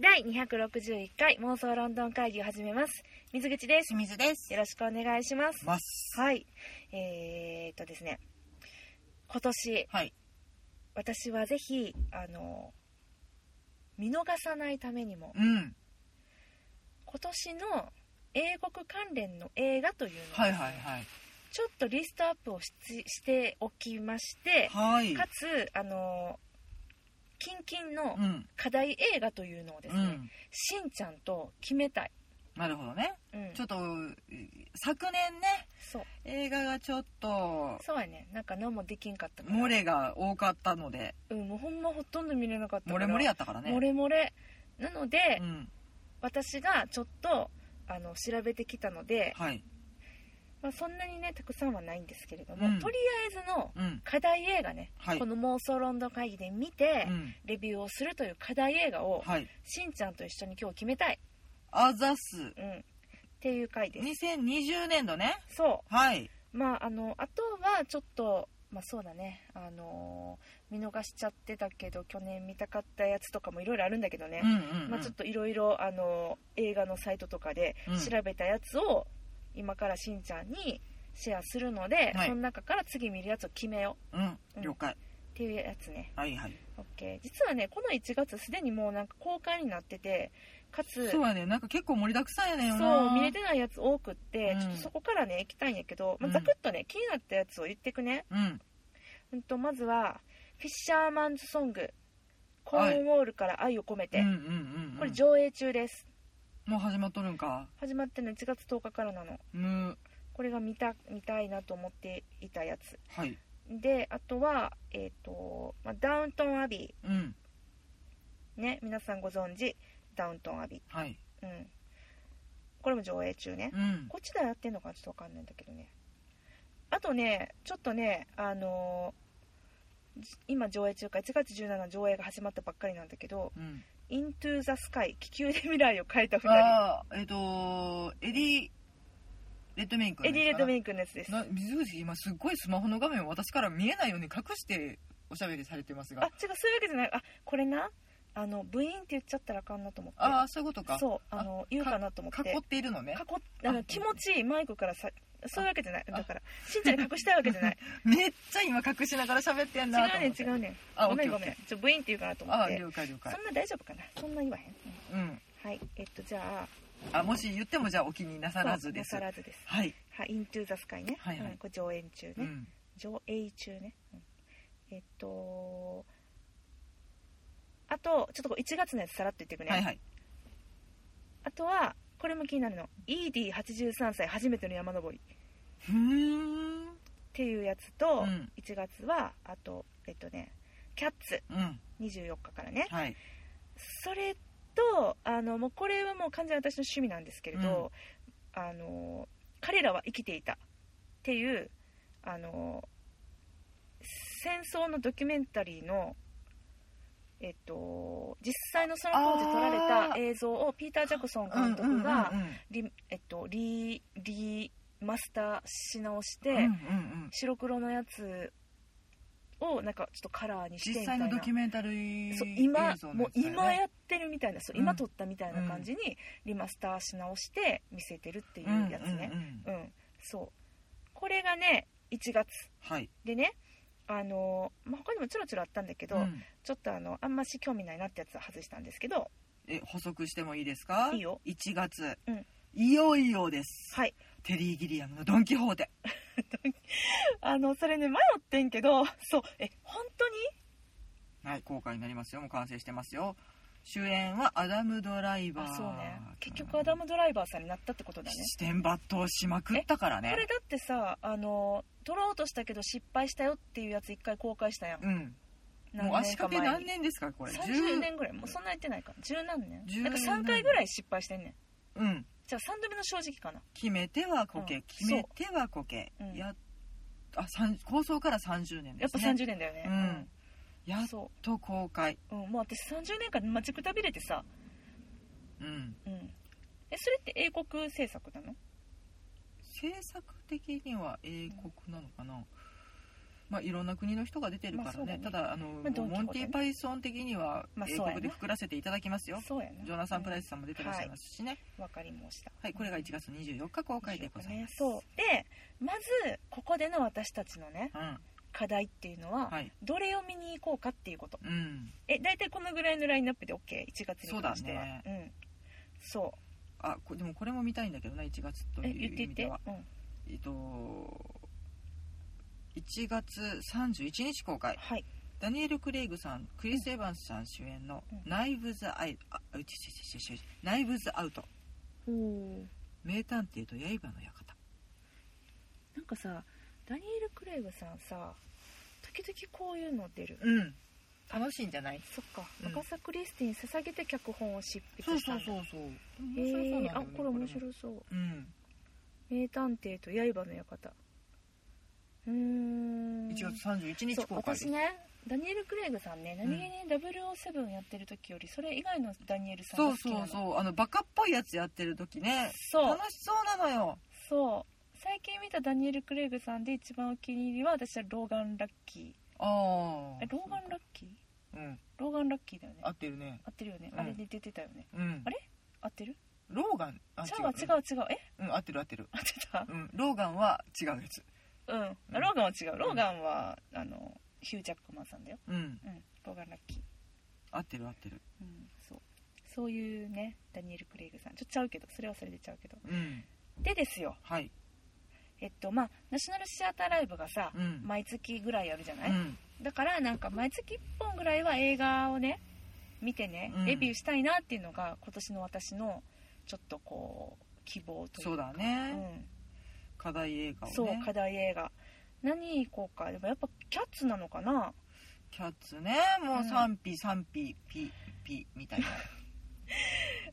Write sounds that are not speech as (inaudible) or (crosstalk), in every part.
第261回妄想ロンドン会議を始めます水口です清水です。よろしくお願いしますます。はいえー、っとですね今年はい。私はぜひあの見逃さないためにもうん。今年の英国関連の映画というのを、はいはいはい。ちょっとリストアップをししておきましてはい。かつあの近々のうん。課題映画というのをですうね、ん。しんちゃんと決めたい、なるほどね。うん、ちょっと、昨年ね、そう映画がちょっと、そうやねなんか何もできんかったから漏れが多かったので、うん、もうほんまほとんど見れなかった漏かれら漏れやったからね。漏れ漏れなので、うん。私がちょっとあの調べてきたので、はい。まあ、そんなにねたくさんはないんですけれども、うんとりあえずのうん。課題映画ね、はいこ。の妄想ロンドン会議で見て、うん。レビューをするという課題映画を、はい。しんちゃんと一緒に今日決めたい、あざす。うん、っていう回です、 2020年度ね。そはい。うまああのあとはちょっとまあそうだねあのー見逃しちゃってたけど去年見たかったやつとかもいろいろあるんだけどね、うんうん、うん。まあ、ちょっといろいろあの映画のサイトとかでうん調べたやつを今からしんちゃんにシェアするので、はいその中から次見るやつを決めようん。了解。うっていうやつねはいはい。 OK 実はねこの1月すでにもうなんか公開になっててかつそうやね。なんか結構盛りだくさんやねんよな。そう見れてないやつ多くって、うんちょっとそこからね行きたいんやけど、まあ、うんざくっとね、気になったやつを言ってくね、うん。うん、とまずは「フィッシャーマンズ・ソング」「コーンウォールから愛を込めて」うんうんうんうん。これ上映中ですもう始まっとるんか。始まってるの1月10日からなのむ。これが見た見たいなと思っていたやつはい。であとは、えーとまあ、ダウントン・アビうん。ーね皆さんご存知ダウントン・アビはい。ー、うん、これも上映中ねうん。こっちでやってんのかちょっとわかんないんだけどねあとねちょっとねあのーじ今上映中か1月17上映が始まったばっかりなんだけどうん。 「イントゥ・ザ・スカイ」気球で未来を変えた2ああ、えっ、と、エディ、レッドメイク人エディ・レッドメイイクのやつですな水口今すっごいスマホの画面を私から見えないように隠しておしゃべりされてますあ違がうそういうわけじゃないあこれなあの部員って言っちゃったらあかんなと思ってああそういうことかそうあの言うかなと思って囲っているのね囲っあのあ気持ちいいマイクからさそういうわけじゃないあだからしんちゃんに隠したいわけじゃないめっちゃ今隠しながら喋ってん (laughs) なと違思うってねん違うねんあごめんオッケごめーオんッちょ部員って言うかなとケー思あっあて了解了解そんな大丈夫かなそんな言わへんうんうんはいえっとじゃああもし言ってもじゃあお気になさらずですなさらずですはい、はい「イントゥ・ザ・スカイね」はいはいうんこれ上演中ね、うん上映中ね、うんえっとあとちょっとこれ1月のやつさらっと言っていくね、はいはいあとはこれも気になるの「ED83 歳初めての山登り」ふーんっていうやつと、うん1月はあとえっとね「キャッツうん」 24日からねはいそれとあのもうこれはもう完全に私の趣味なんですけれど、あの彼らは生きていたっていうあの戦争のドキュメンタリーのえっと、実際のその当時撮られた映像をピーター・ジャクソン監督がうんうんうんうんリえっとリリマスターし直して、うんうんうん白黒のやつをなんかちょっとカラーにして実みた際いなのドキュメンタリーそう今映像のもうやつだよね今やってるみたいなそううん今撮ったみたいな感じにリマスターし直して見せてるっていうやつねうんうんうんうん、そうこれがね1月はいでねあのーまあ、他にもちょろちょろあったんだけど、うんちょっとあのあんまし興味ないなってやつは外したんですけどえ補足してもいいですかいいよ1月、うんいよいよです、はいテリー・ギリアムの「ドン・キホーテあのそれね迷ってんけどそうえ本当に」はい公開になりますよもう完成してますよ主演はアダム・ドライバーあそうね結局アダム・ドライバーさんになったってことだね視点抜刀しまくったからこれねだってさあの撮ろうとしたけど失敗したよっていうやつ一回公開したやんうん何もう足年か掛前けに何年ですかこれ30年ぐらいもうそんな言ってないか十何年十なん何か年3回ぐらい失敗してんねん10うんじゃあ3度目の正直かな決めてはこけ、うん決めてはこけ、うんやあさん構想から30や年でっぱすね30年だよねうんやうんっそと公開う、うん、もう私30年間待ちくたびれてさ、うんうん、えそれって英国制作なの制作的には英国なのかな、まあ、いろんな国の人が出てるからまあそうだね,、ねただあの、まあドンキホーテねモンティ・パイソン的にはまあ英そうやな国でくくらせていただきますよ、そうやなジョナサン・プライスさんも出てらっしゃいますしね、はいわかりましたこれが1月24日公開でございます、そうでまずここでの私たちのねうん課題っていうのは、はいどれを見に行こうかっていうことうん、え大体このぐらいのラインナップで OK1 月に関してはそうだねんそあこでもこれも見たいんだけどね1月とうえい言っうて言意っ味てでうはんえっと1月31日公開はいダニエル・クレイグさんクリス・エヴァンスさん主演のうん「ナイブズ・アイあうちちちちちちナイブズ・アウト名探偵と刃の館なんかさダニエル・クレイグさんさ時々こういうの出る」うん楽しいんじゃないそっか、うんアガサ・クリスティに捧げて脚本を執筆そうしたそんうだそうそう面白そうなんへだえよあねこれ面も白そううん名探偵と刃の館うーん1月31日そう公開私ねダニエル・クレイグさんねん何気に007やってる時よりそれ以外のダニエルさんそがう好きなそのうそうあのバカっぽいやつやってる時ねそう楽しそうなのよそう最近見たダニエル・クレイグさんで一番お気に入りは私はローガン・ラッキあーあえローガン・ラッキーうんローガン・ラッキーだよね合ってるね合ってるよね、うんあれに出てたよねうんあれ合ってるローガンあちゃうわ違う違うえ (laughs) うん、合ってる合ってる合ってたうんローガンは違うやつうん、あローガンは違うローガンは、あのヒュー・ジャックマンさんだようんうんローガン・ラッキー合ってる合ってるうんそうそういうねダニエル・クレイグさんちょっとちゃうけどそれはそれでちゃうけどうんでですよはいえっとまあナショナルシアターライブがさ、うん毎月ぐらいあるじゃない、うんだからなんか毎月1本ぐらいは映画をね見てね、うんレビューしたいなっていうのが今年の私のちょっとこう希望というかそうだね、うん課題映画をねそう課題映画何行こうかでもやっぱキャッツなのかなキャッツねもううん賛否賛否ピピみ (laughs) たいな、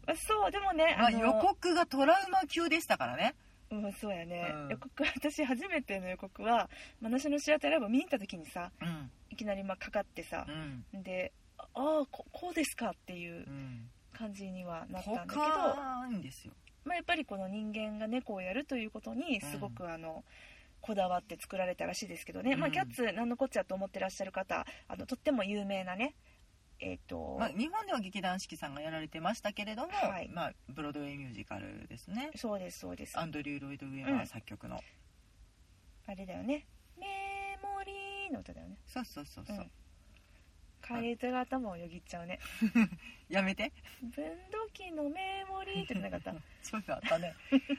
あそうでもねまあ、の予告がトラウマ級でしたからねうんそうやね、うん予告 (laughs) 私初めての予告はまあナショナルシアターライブ見に行った時にさうんいきなりまあかかってさう、んでああここうですかっていううん感じにはなったポんだけどカーンですよまあ、やっぱりこの人間が猫をやるということにすごくあの、こだわって作られたらしいですけどね、まうあ、んキャッツなんのこっちゃと思ってらっしゃる方あのとっても有名なねえっ、と、まあ、日本では劇団四季さんがやられてましたけれども、はいまあ、ブロードウェイミュージカルですねそうですそうですアあンドリュー・ロイド・ウェーバー作曲の、れだよね「メモリー」の歌だよねそうそうそうそう、うんカエルが頭をよぎっちゃうねやめて「分度器のメモリー」って言ってなかったそういうのあっ (laughs) たね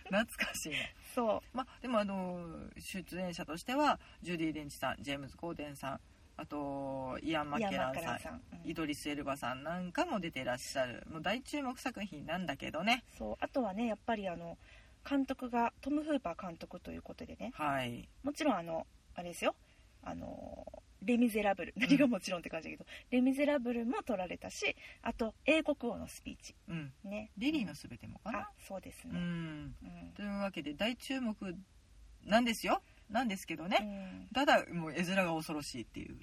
懐かしいねそまあ、でもあの出演者としてはジュディ・デンチさんジェームズ・ゴーデンさんあとイアン・うマッケラいやマッンさんケランさん、うんイドリス・エルバさんなんかも出てらっしゃるもう大注目作品なんだけどねそうあとはねやっぱりあの監督がトム・フーパー監督ということでねはいもちろんあのあれですよあのレ・ミゼラブル何がもちろんって感じだけど、レ・ミゼラブルも取られたしあと英国王のスピーチうんねリリーのすべてもかあなそうですうねんうん、というわけで大注目なんですよなんですけどねうんただもう絵面が恐ろしいっていう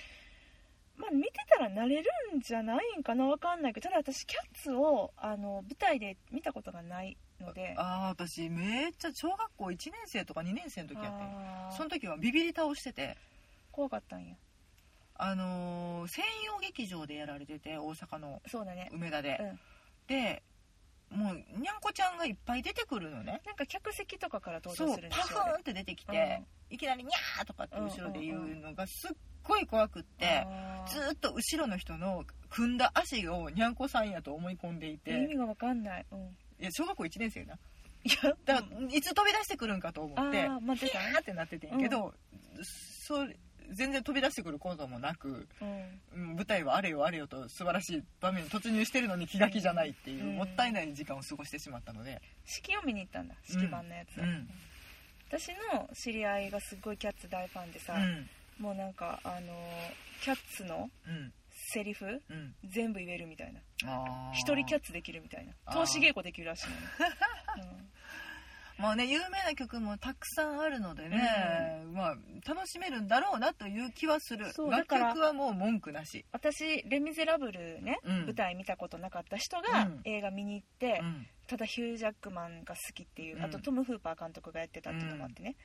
まあ見てたら慣れるんじゃないんかなわかんないけどただ私キャッツをあの舞台で見たことがないのでああ私めっちゃ小学校1年生とか2年生の時やってんあーその時はビビり倒してて怖かったんやあのー専用劇場でやられてて大阪のそうだね梅田で、うんでもうにゃんこちゃんがいっぱい出てくるのねなんか客席とかから登そう場するんでパすよフーンって出てきて、いきなり「にゃー」とかって後ろで言うのがすっごい怖くっあれて、あーずーっと後ろの人の組んだ足をにゃんこさんやと思い込んでい意味てがわかんない、うん、いや小学校1年生やないやだから、いつ飛び出してくるんかと思ってああ待ってたあーってなっててんやけど、それ全然飛び出してくることもなく、うんうん舞台はあれよあれよと素晴らしい場面に突入してるのに気が気じゃないっていう、うんもったいない時間を過ごしてしまったので、式を見に行ったんだ式版のやつ、うん私の知り合いがすごいキャッツ大ファンでさ、うんもうなんかあのーキャッツのうんセリフうん、全部言えるみたいなあ一人キャッッツできるみたいあなー投資稽古できるらしいの (laughs) ね、まあね有名な曲もたくさんあるのでね、まあ、楽しめるんだろうなという気はするそうだ楽から曲はもう文句なし、私「レ・ミゼラブルね」うん舞台見たことなかった人がうん映画見に行って、うんただヒュー・ジャックマンが好きっていう、うんあとトム・フーパー監督がやってたっていうのもあってね、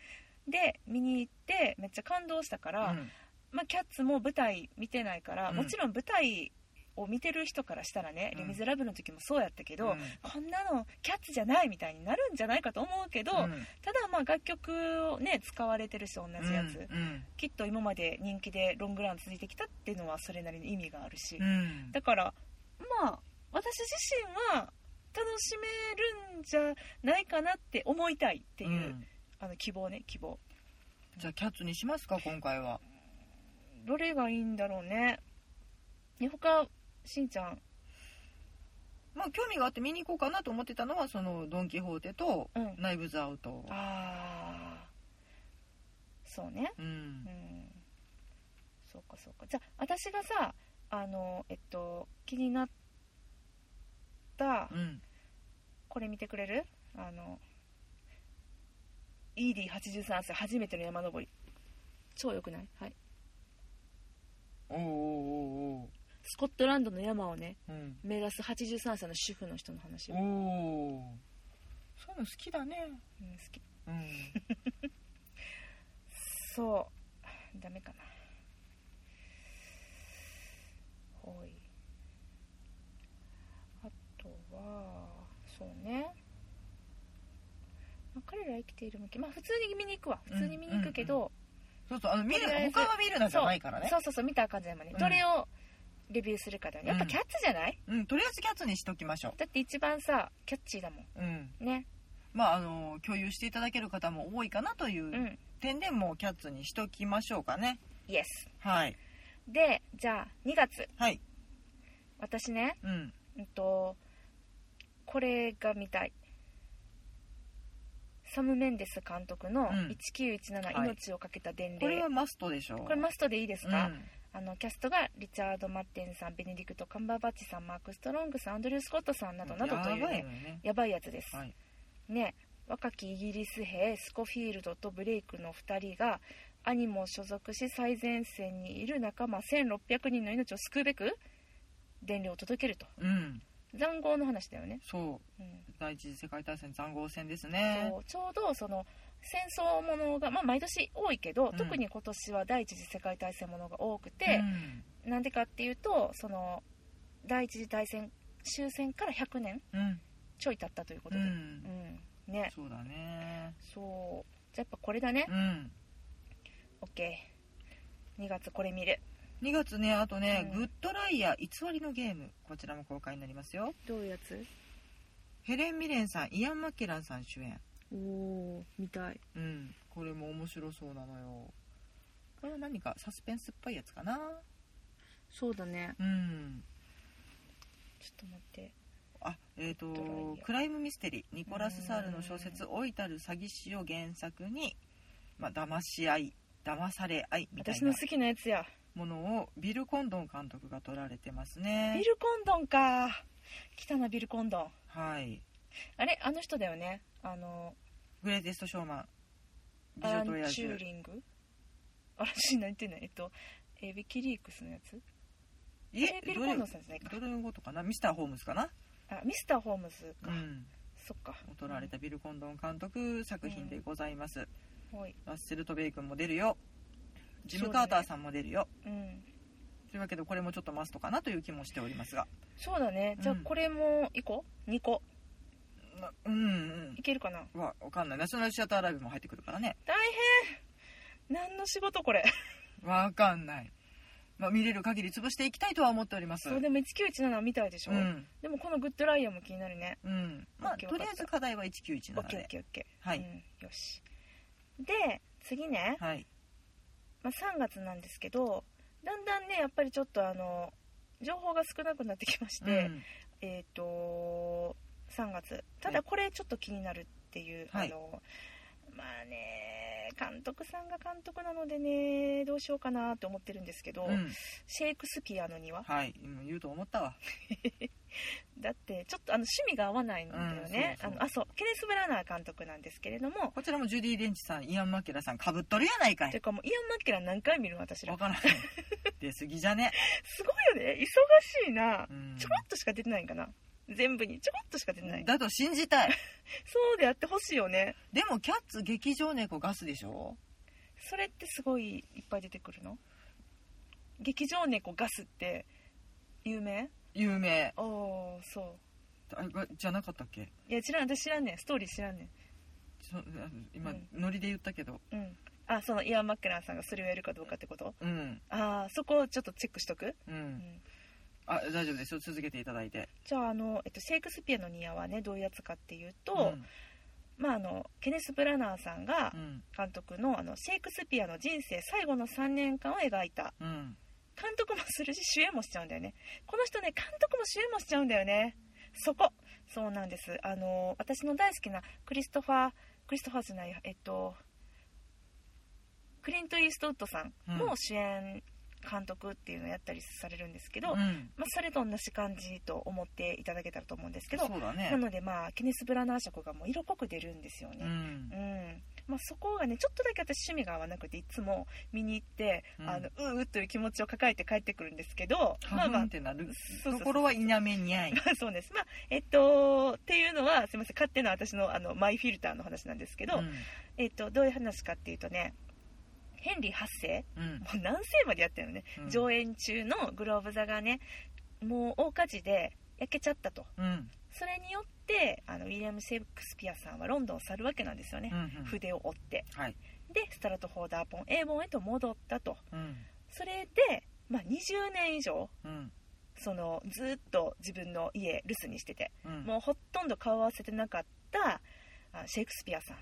で見に行ってめっちゃ感動したから、うんまあ、キャッツも舞台見てないから、うんもちろん舞台を見てる人からしたらね「うんレ・ミゼラブル」の時もそうやったけど、うんこんなのキャッツじゃないみたいになるんじゃないかと思うけど、うんただまあ楽曲をね使われてるし同じやつ、うんきっと今まで人気でロングラン続いてきたっていうのはそれなりに意味があるし、うんだからまあ私自身は楽しめるんじゃないかなって思いたいっていう、うんあの希望ね希望じゃあキャッツにしますか今回はどれがいいんだろうねね他しんちゃんまあ興味があって見に行こうかなと思ってたのはそのドン・キホーテとうんナイブズ・アウトああそうねうんうんそうかそうかじゃあ私がさあのえっと気になったうんこれ見てくれるあの ED83 歳初めての山登り超良くない、はい、おーおスコットランドの山をねーおーおーうん目指す83歳の主婦の人の話、うん、好おおそういうの好きだねき (laughs) うんそうダメかなはいあとはそうね、まあ、彼ら生きている向きまあ普通に見に行くわ普通に見に行くけど、そうそうあの見るとりあえず他は見るなんじゃないからねそうそうそう見た感じだもんね、うんどれをレビューするかだよねやっぱキャッツじゃない、うんとりあえずキャッツにしときましょだって一番さキャッチーだもんううんねまああの共有していただける方も多いかなといううん点でもうキャッツにしときましょうかねイエスはいでじゃあ2月はい私ねうんうんとこれが見たいサム・メンデス監督のうん1917、はい命をかけた伝こ令れはマストでしょこれマストでいいですか、うんあのキャストがリチャード・マッテンさんベネディクト・カンバーバッチさんマーク・ストロングさんアンドリュー・スコットさんなどなどというねやばいよねやばいやつです、はいね若きイギリス兵スコフィールドとブレイクの2人が兄も所属し最前線にいる仲間1600人の命を救うべく伝令を届けるとうん塹壕の話だよね、そううん、第一次世界大戦塹壕戦ですねそうちょうどその戦争ものが、まあ、毎年多いけど、うん特に今年は第一次世界大戦ものが多くてう、んなんでかっていうとその第一次大戦終戦から100年うんちょい経ったというこうとで、うんんねそうだねそうじゃあやっぱこれだねうんオッケー2月これ見る2月ねあとね、うんグッドライヤー偽りのゲームこちらも公開になりますよどういうやつヘレン・ミレンさんイアン・マケランさん主演おお見たいうんこれも面白そうなのよこれは何かサスペンスっぽいやつかなそうだねうんちょっと待ってあえっ、グッドライヤとークライムミステリーニコラス・サールの小説「老いたる詐欺師」を原作に、まあ、騙し合い騙され合いみたい私のな好きなやつやものをビル・コンドン監督が撮られてますねビルコンドンか来たなビルコンドンはいあれあの人だよねあのグレイテスト・ショーマン美ア女ンと野チュー獣リングあ私何言ってんのえっとえウィキリークスのやつえビル・コンドンさんじゃないかどれのことかなミスター・ホームズかな、あミスター・ホームズうか、ん、そっか取られたビル・コンドン監督作品でございます、ほいラッセル・トベイ君も出るよジム・カーターさんも出るよ、うんというわけでこれもちょっとマストかなという気もしておりますがそうだねじゃあうんこれも行こう2個なうんうんいけるかなわわかんないナショナルシアターライブも入ってくるからね大変何の仕事これわかんない、まあ、見れる限り潰していきたいとは思っておりますそうでも1917みたいでしょ、うんでもこのグッドライアーも気になるねうんまオあッケーとりあえず課題は OKOKOK、1917でオッケはーい、うん、よしで次ね、はいまあ、3月なんですけどだんだんねやっぱりちょっとあの情報が少なくなってきまして、うんえっ、と3月たはだいこれちょっと気になるっていう、はいあのまあね監督さんが監督なのでねどうしようかなと思ってるんですけど、うんシェイクスピアの庭はい今言うと思ったわだってちょっとあの趣味が合わないんだよね、うんそうそうあのあそうケネス・ブラナー監督なんですけれどもこちらもジュディ・レンチさんイアン・マケラさんかぶっとるやないかていいうかもうイアン・マッケラン何回見るの私らわからん出過ぎじゃねすごいよね忙しいなうんちょこっとしか出てないんかな全部にちょこっとしか出てないだと信じたいそうであってほしいよねでもキャッツ劇場猫ガスでしょそれってすごいいっぱい出てくるの劇場猫ガスって有名有名おおそうあがじゃなかったっけいや知らん私知らんねんストーリー知らんねそあの今、うんノリで言ったけどんうんあそのイアン・マッケナーさんがそれをやるかどうかってことうんああそこをちょっとチェックしとく、ううんん、あ大丈夫ですよ続けていただいてじゃああの、えっと、シェイクスピアの庭はねどういうやつかっていうと、んまあ、あのケネス・ブラナーさんがうん監督のあのシェイクスピアの人生最後の3年間を描いたうん監督もするし主演もしちゃうんだよねこの人ね監督も主演もしちゃうんだよねそこそうなんですあの私の大好きなクリストファークリストファーじゃないやえっとクリント・イーストウッドさんうんも主演監督っていうのをやったりされるんですけど、うんまあ、それと同じ感じと思っていただけたらと思うんですけどそうだなねのでまあケネス・ブラナー色がもう色濃く出るんですよね、うんうんまあ、そこがねちょっとだけ私趣味が合わなくていつも見に行って、うんあのうううという気持ちを抱えて帰ってくるんですけどまハあフまンあってなるそうそうそとうころは否めにゃいまあ (laughs) そうですまあえっとっていうのはすみません勝手な私のあのマイフィルターの話なんですけど、うんえっと、どういう話かっていうとねヘンリー8世うんもう何世までやってるのね、うん上演中のグローブ座がねもう大火事で焼けちゃったとうんうんそれによってあのウィリアム・シェイクスピアさんはロンドンを去るわけなんですよねう、ん筆を追ってはいでスタラトフォーダーポン A 本へと戻ったとうんそれで、まあ、20年以上うんそのずっと自分の家留守にしててうんもうほとんど顔を合わせてなかったあシェイクスピアさん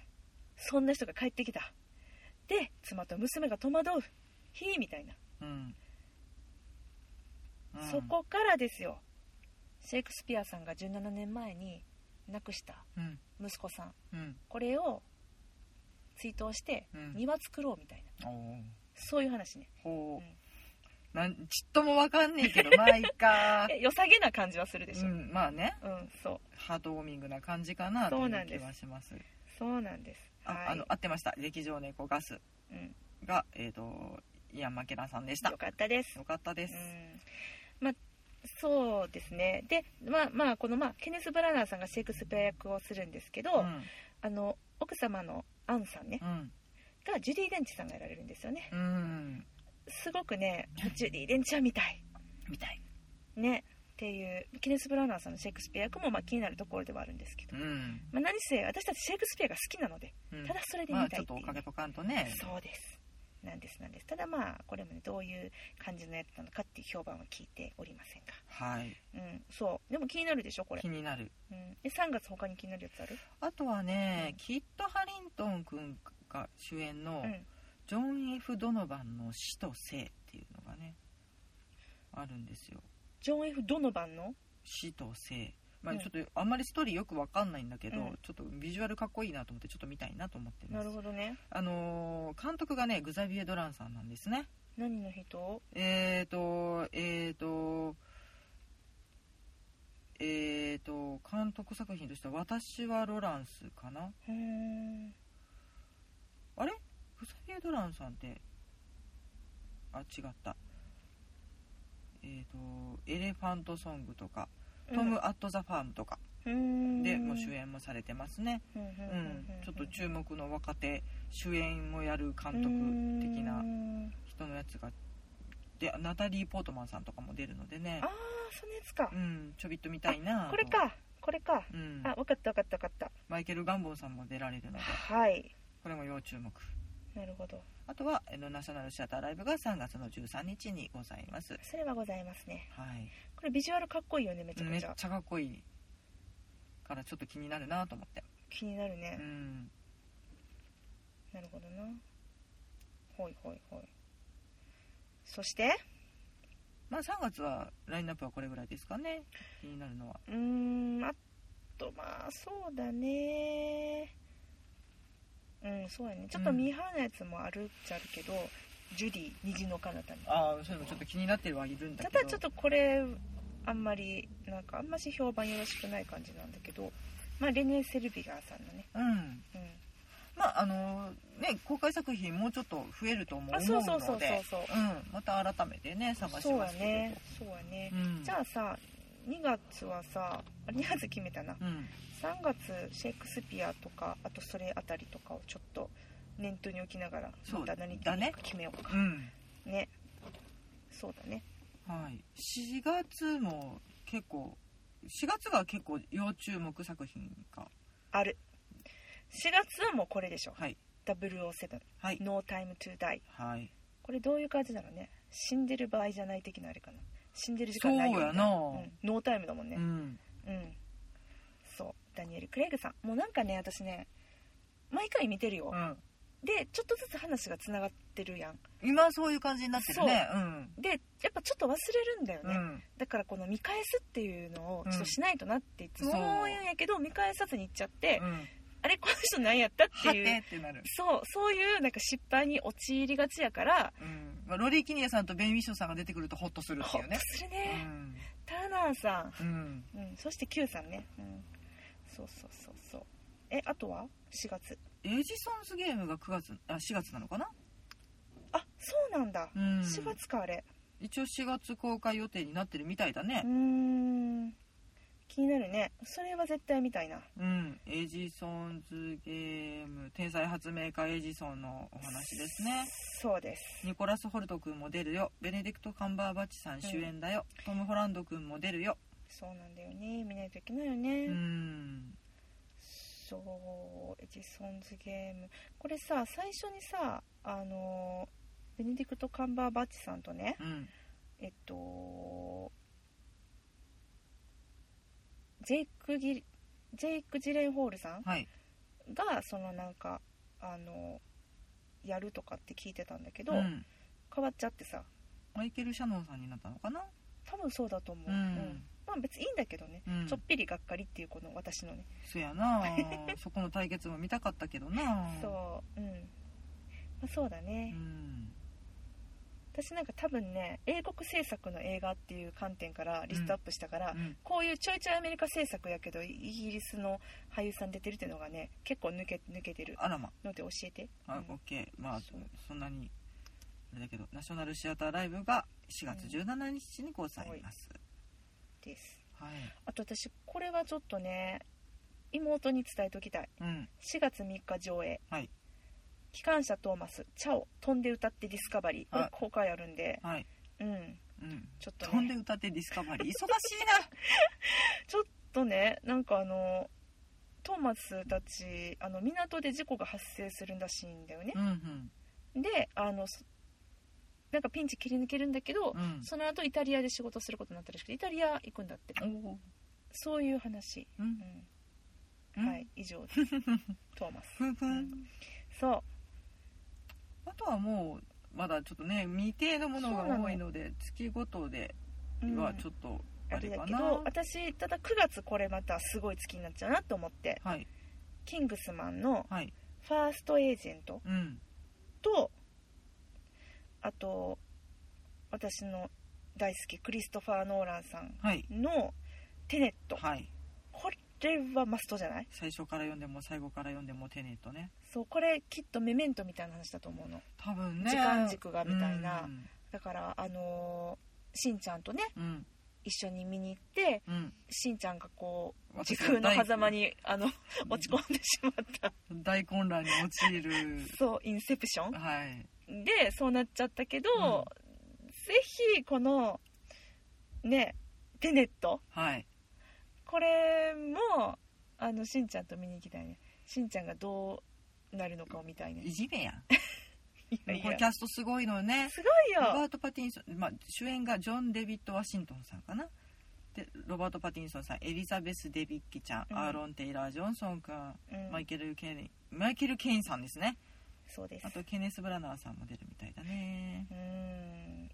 そんな人が帰ってきたで妻と娘が戸惑うひーみたいな、うんうんそこからですよシェイクスピアさんが17年前に亡くしたうん息子さんうんこれを追悼してうん庭作ろうみたいなおーそういう話ねほうんうなんちっともわかんねえけどまあいいかえ良さげな感じはするでしうょ、んまあねうん、そうハートウォーミングな感じかなとそいううなんで気すはしますそうなんです。あ,、はい、あの合ってました劇場猫ガスうん、がえっ、とイアン・マケラさんでしたよかったです。よかったですう、ん、まあそうですね。で、まあまあこのまあケネスブラナーさんがシェイクスピア役をするんですけど、うんあの奥様のアンさんねうんがジュディ・デンチさんがやられるんですよね。うんすごくね、ジュディ・デンチは見たいみたいねっていうケネスブラナーさんのシェイクスピア役もまあ気になるところではあるんですけどう。ん、まあ、何せ私たちシェイクスピアが好きなのでうんただそれでま見あたちいょっってというね、追っかけとかんとねそうですなんですなんですただまあこれもねどういう感じのやつなのかっていう評判は聞いておりませんはいがうんそうでも気になるでしょこれ気、になるうん、え3月他に気になるやつあるあとはねうんキッド・ハリントン君が主演のうんジョン・ F ・ドノバンの「死と生」っていうのがねあるんですよジョン・ F ・ドノバンの死と生まうんあちょっとあんまりストーリーよくわかんないんだけど、うんちょっとビジュアルかっこいいなと思ってちょっと見たいなと思ってまなするほどねあのー監督がねグザビエ・ドランさんなんですね何の人えーとえーとえーと監督作品としては「私はロランス」かなうーんあれグザビエ・ドランさんってあ違ったえーと「エレファント・ソング」とか「トム・・アット・ザ・ファーム」とかうん、でもう主演もされてますねうん、うんううんんちょっと督注目の若手主演もやる監督的な人のやつがでナタリー・ポートマンさんとかも出るのでねああそのやつかうんちょびっと見たいなとこれかこれか、うんあ分かった分かった分かったマイケル・ガンボンさんも出られるのではいこれも要注目なるほどあとはあのナショナルシアターライブが3月の13日にございますそれはございますねはいこれビジュアルかっこいいよねめちゃめくっちゃちゃかっこいいからちょっと気になるなと思って気になるねうんなるほどなほいほいほいそしてまあ3月はラインナップはこれぐらいですかね気になるのはうーんあとまあそうだねうんそうやねちょっとうんミーハーなやつもあるっちゃあるけど、ジュディ虹の彼方にああそういうのちょっと気になってはいるんだたけどだちょっとこれあんまりなんかあんまし評判よろしくない感じなんだけどまあレネ・セルビガーさんのねうんうまああのね公開作品もうちょっと増えると思うあのでそうそうそうそうそううん、また改めてね探んしそうまやすけれねそうやねど、うん、じゃあさ2月はさ2月決めたなうん3月シェイクスピアとかあとそれあたりとかをちょっと念頭に置きながらそまうただ何ねか決めようかうんねそうだねはい、4月も結構4月が結構要注目作品かある4月はもうこれでしょはい007はい No Time to Die はいこれどういう感じなのね死んでる場合じゃない的なあれかな死んでる時そう間ないよやみたいな、うん、ノータイムだもんねうんうんそうダニエル・クレイグさんもうなんかね私ね毎回見てるよ、うん、でちょっとずつ話がつながってるやん今そういう感じになってるねうんでやっぱちょっと忘れるんだようね、んだからこの見返すっていうのをうんちょっとしないとなっていつもそう思うんやけど、見返さずに行っちゃって、うんあれこの人何やったっはていうてってなる、そうそういうなんか失敗に陥りがちやからうんまあ、ロリー・キニアさんとベイ・ミッションさんが出てくるとホッとするってほいっうとねするね、ターナーさんうん、うん、うん、そして Q さんね、うん、そうそうそうそうえあとは4月エジソンズゲームが9月あ4月なのかな、あそうなんだ、うん、 4月かあれ一応4月公開予定になってるみたいだうーねん気になるねそれは絶対見たいなうん、エジソンズゲーム天才発明家エジソンのお話ですねそうですニコラス・ホルト君も出るよベネディクト・カンバーバッチさん主演だよ、トム・ホランド君も出るよそうなんだよね見ないといけないよね、うんそうエジソンズゲームこれさ最初にさあのベネディクト・カンバーバッチさんとねうんえっとジェイクギリジェイク・ジレンホールさんはいがそのなんかあのやるとかって聞いてたんだけど、うん、変わっちゃってさマイケル・シャノンさんになったのかな多分そうだと思う、うん、うんまあ別にいいんだけどね、うんちょっぴりがっかりっていうこの私のね、そ (laughs) やなそこの対決も見たかったけどなそううん、まあ、そうだね、ん、私なんか多分ね英国制作の映画っていう観点からリストアップしたから、うんこういうちょいちょいアメリカ制作やけどイギリスの俳優さん出てるっていうのがね結構抜け抜けてるあらまので教えてあ、うんオッケーまあそうそんなにあれだけどナショナルシアターライブが4月17日にございます、ですはいあと私これはちょっとね妹に伝えときたいうん4月3日上映、はい機関車トーマス「チャオ飛んで歌ってディスカバリー」これはい公開あるんで、はいうんうんちょっと飛んでね歌ってディスカバリー忙しいちょっとねなんかあのトーマスたちあの港で事故が発生するらしいんだよねな (laughs) うんであのそなんかピンチ切り抜けるんだけど、うんその後イタリアで仕事することになったらしくてイタリア行くんだってうんおーそういう話、ううんんうんはい以 (laughs) 上トーマス、ふんふうんんそうあとはもうまだちょっとね未定のものそうながの多いので月ごとでうんはちょっとああれれだかけな、ど私ただ9月これまたすごい月になっちゃうなと思ってはいキングスマンのはいファーストエージェントうんとあと私の大好きクリストファー・ノーランさんはいのテネットはいこれはマストじゃない最初から読んでも最後から読んでもテネットねそうこれきっとメメントみたいな話だと思うの多分ね時間軸がみたいなうんだからあのーしんちゃんとねうん一緒に見に行ってうんしんちゃんがこう時私空の狭間大にあの落ち込んでしまった大混乱に陥るそうインセプションはいでそうなっちゃったけど、ぜひこのねテネットはいこれもあのしんちゃんと見に行きたいねしんちゃんがどうなるのかを見たいねいじめやんいやもういこれやキャストすごいのよねすロごいよバート・パティンソン、まあ、主演がジョン・デビッド・ワシントンさんかなでロバート・パティンソンさんエリザベス・デビッキちゃん、うんアーロン・テイラー・ジョンソン君、うんマイケル・ケインマイケル・ケインさんですねそうですあとケネス・ブラナーさんも出るみたいだねうーん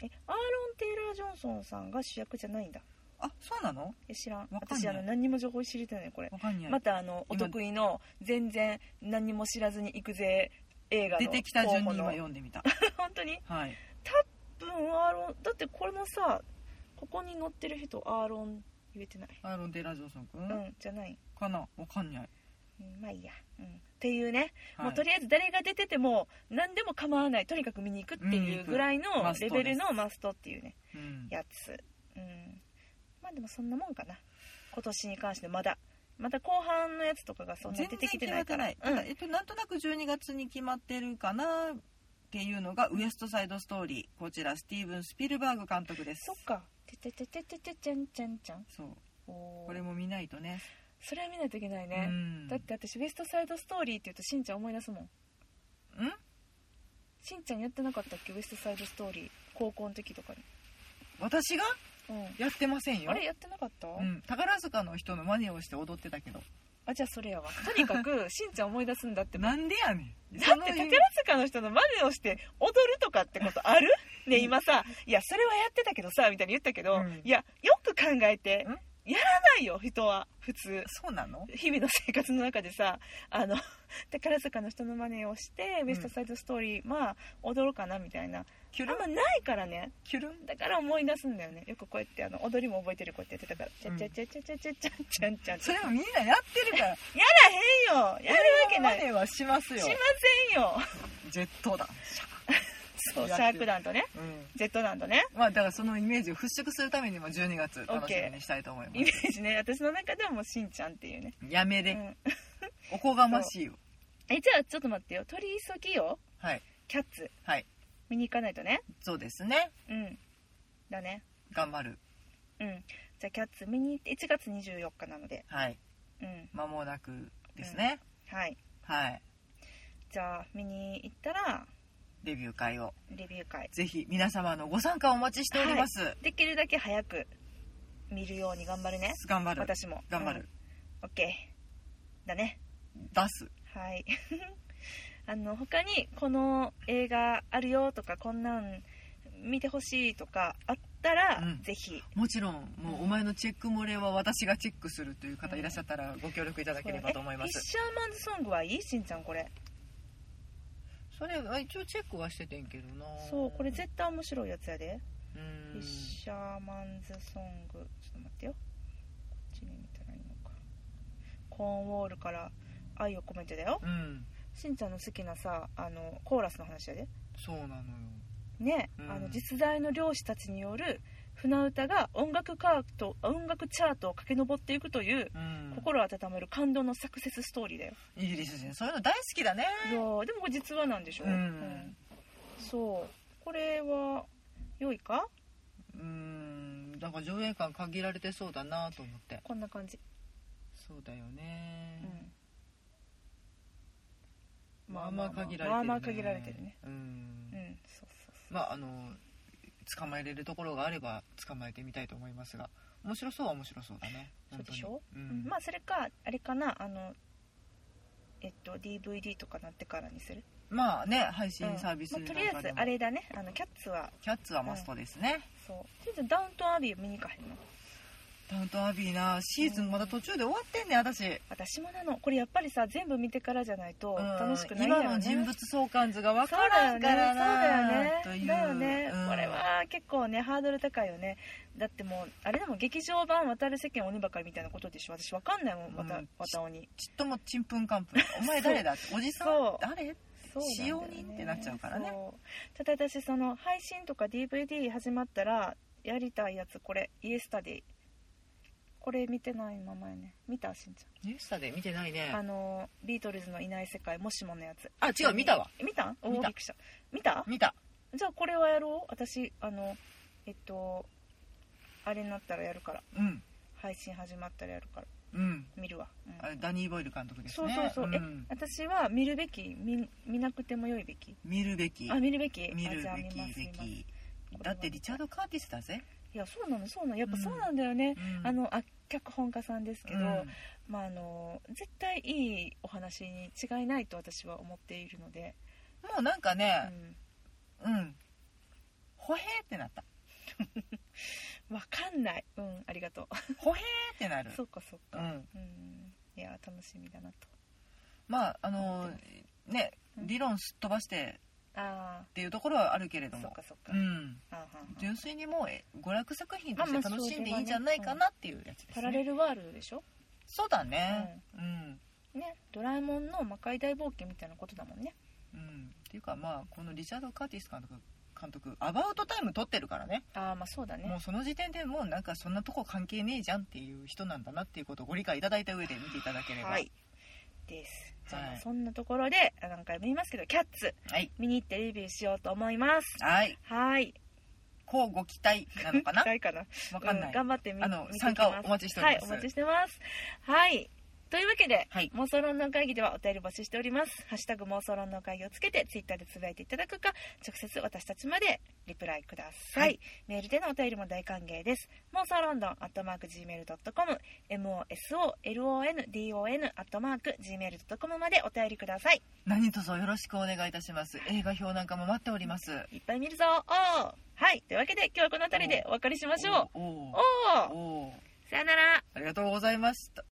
えアーロン・テイラー・ジョンソンさんが主役じゃないんだあそうなのえ知らんわかんない私あの何にも情報知りてないねこれわかんない、またあのお今得意の全然何にも知らずに行くぜ映画の出てきた順に候補の (laughs) 今読んでみた本当にはい多分アーロンだってこれもさここに載ってる人アーロン言えてないアーロン・テイラー・ジョンソン君、うん、じゃない、かなわかんない、うん、まあいいや、うん、っていうね、はい、もうとりあえず誰が出てても何でも構わないとにかく見に行くって見にい行うくぐらいのマストレベですルのマストっていうねうんやつうんまあでもそんなもんかな今年に関してまだまた後半のやつとかがそんな全に出然てきて決なまっいからてない、ただえっと、なんとなく12月に決まってるかなっていうのがウエストサイドストーリーこちらスティーブン・スピルバーグ監督ですそっかててててててちゃんちゃんちゃんそうおーこれも見ないとねそれは見ないといけないねう、んだって私ウエストサイドストーリーって言うとしんちゃん思い出すもんうんしんちゃんやってなかったっけウエストサイドストーリー高校の時とかに私がうんやってませんよあれやってなかった、うん、宝塚の人の真似をして踊ってたけどあじゃあそれやわとにか (laughs) くしんちゃん思い出すんだってばなんでやねだんって宝塚の人の真似をして踊るとかってことあるね今さ「いやそれはやってたけどさ」みたいに言ったけど、うんいやよく考えてんやらないよ人は普通そうなの日々の生活の中でさあの (laughs) 宝塚の人の真似をして「ウエストサイドストーリー」まあ踊ろうかなみたいなキュあルんンまないからねキュルンだから思い出すんだよねよくこうやってあの踊りも覚えてるこうやってやってたから「ちゃうんちゃちゃちゃちゃちゃちゃちゃんちゃん」それもみんなやってるやから (laughs) らへんよやるわけないし真似はしますまよせんよジェットだそうシャーク弾とねうんジェット弾とねまあだからそのイメージを払拭するためにも12月楽しみにしたいと思いイまメージね私の中ではもうしんちゃんっていうね、すやめうれ、ん、おこがましいよえじゃあちょっと待ってよ取り急ぎよはいキャッツはい見に行かないとねそうですねうんだね頑張るうんじゃあキャッツ見に行って1月24日なのではいうん間もなくですね、はいはいじゃあ見に行ったらレビュー会をレビュー会ぜひ皆様のご参加をお待ちしております、できるだけ早く見るように頑張るね頑張る私も頑張る、オッケーだね出すはい (laughs) あの他にこの映画あるよとかこんなん見てほしいとかあったら、うんぜひもちろんもうお前のチェック漏れは私がチェックするという方いらっしゃったらご協力いただければと思いまえフィッすシャーマンズソングはいいしんちゃんこれそれは一応チェックはしててんけどなそうこれ絶対面白いやつやでうフィッんシャーマンズソングちょっと待ってよこっちに見たらいいのかコーンウォールから愛を込めてだようんしんちゃんの好きなさあのコーラスの話やでそうなのよね、うんあの実在の漁師たちによる船歌が音楽カート音楽チャートを駆け上っていくといううん心温まる感動のサクセスストーリーだよ、イギリス人そういうの大好きだねいやーでもこれ実話なんでしょ、うんそうこれは良いかうんなんか上映感限られてそうだなと思ってこんな感じ、そうだようねん、まあまあ限られてるねまあまあ限られてるねううんんそうそうそうまああの捕まえれるところがあれば捕まえてみたいと思いますが面白そうは面白そうだねそうでしょ本当にうんまあそれかあれかなあのえっと DVD とかなってからにするまあね配信サービスうんまあとりあえずあれれだねあのキャッツはキャッツはマストですね、そうちょっとダウントンアビー見に行かへんのダウントンアビーなシーズンまだ途中で終わってんねん私、私もなのこれやっぱりさ全部見てからじゃないとうん楽しくないんだ今よねの人物相関図が分そかうだらよんねからなそとうだいよねうだよね、うんこれは結構ねハードル高いよねだってもうあれでも劇場版渡る世間鬼ばかりみたいなことでしょ私わかんないもん渡,、うん渡鬼ちっともちんぷんかんぷんお前誰だっておじさんそう誰そうなんだよね使用人ってなっちゃうからねそうただ私その配信とか DVD 始まったらやりたいやつこれイエスタディこれ見てないままやね見たしんちニュースタで見てないゃん、あねのビートルズのいない世界もしものやつあ違う見たわ見たお見おたびっくりした見た見たじゃあこれはやろう私あのえっとあれになったらやるからうん配信始まったらやるからうん見るわ、うんあれダニー・ボイル監督ですそうねそうそう、えん私は見るべき見見なくても良いべき見るべきあ見るべき見あるじゃあべ見ますきべ見ますいきだってリチャード・カーティスだぜ、やそうなのそうなのやっぱうんそうなんだよね、うんあのあ脚本家さんですけど、うんまああの絶対いいお話に違いないと私は思っているので、もうなんかうね、ん、うん。ほへーってなった。わかんないうんありがとう。ほへーってなるそうかそううかん。うんいや楽しみだなとまあ、あのーね、うん理論すっ飛ばしてああっていうところはあるけれどそっもか、そっか、うん。あはんはん純粋にもうえ娯楽作品としまあてまあ楽しんでいそういんじゃないかなっていうやつですパラレね。ルワールドでしょそうだね。うん。ねドラえもんの魔界大冒険みたいなことだもんねうん。っていうかまあ、このリチャード・カーティス監督、監督、アバウトタイム撮ってるからね。ああまあそうだねもうその時点でもうなんかそんなとこ関係ねえじゃんっていう人なんだなっていうことをご理解いただいた上で見ていただければ。はいですじゃあ、はいそんなところであ何回も言いますけどキャッツはい見に行ってレビューしようと思いますはいはいこうご期待なのか (laughs) な痛いかなわかんなうい、頑張ってみあの見てき参加をお待ちしておりまはすいお待ちしてますはいというわけで、はい妄想論の会議ではお便り募集しておりますハッシュタグ妄想論の会議をつけてツイッターでつぶやいていただくか直接私たちまでリプライください、はいメールでのお便りも大歓迎です妄想ロンドンアットマーク Gmail.com MOSOLONDON アットマーク Gmail.com までお便りください何卒よろしくお願いいたします映画表なんかも待っておりますいっぱい見るぞおーはいというわけで今日はこの辺りでお別れしましょうおおおおーおおさよならありがとうございました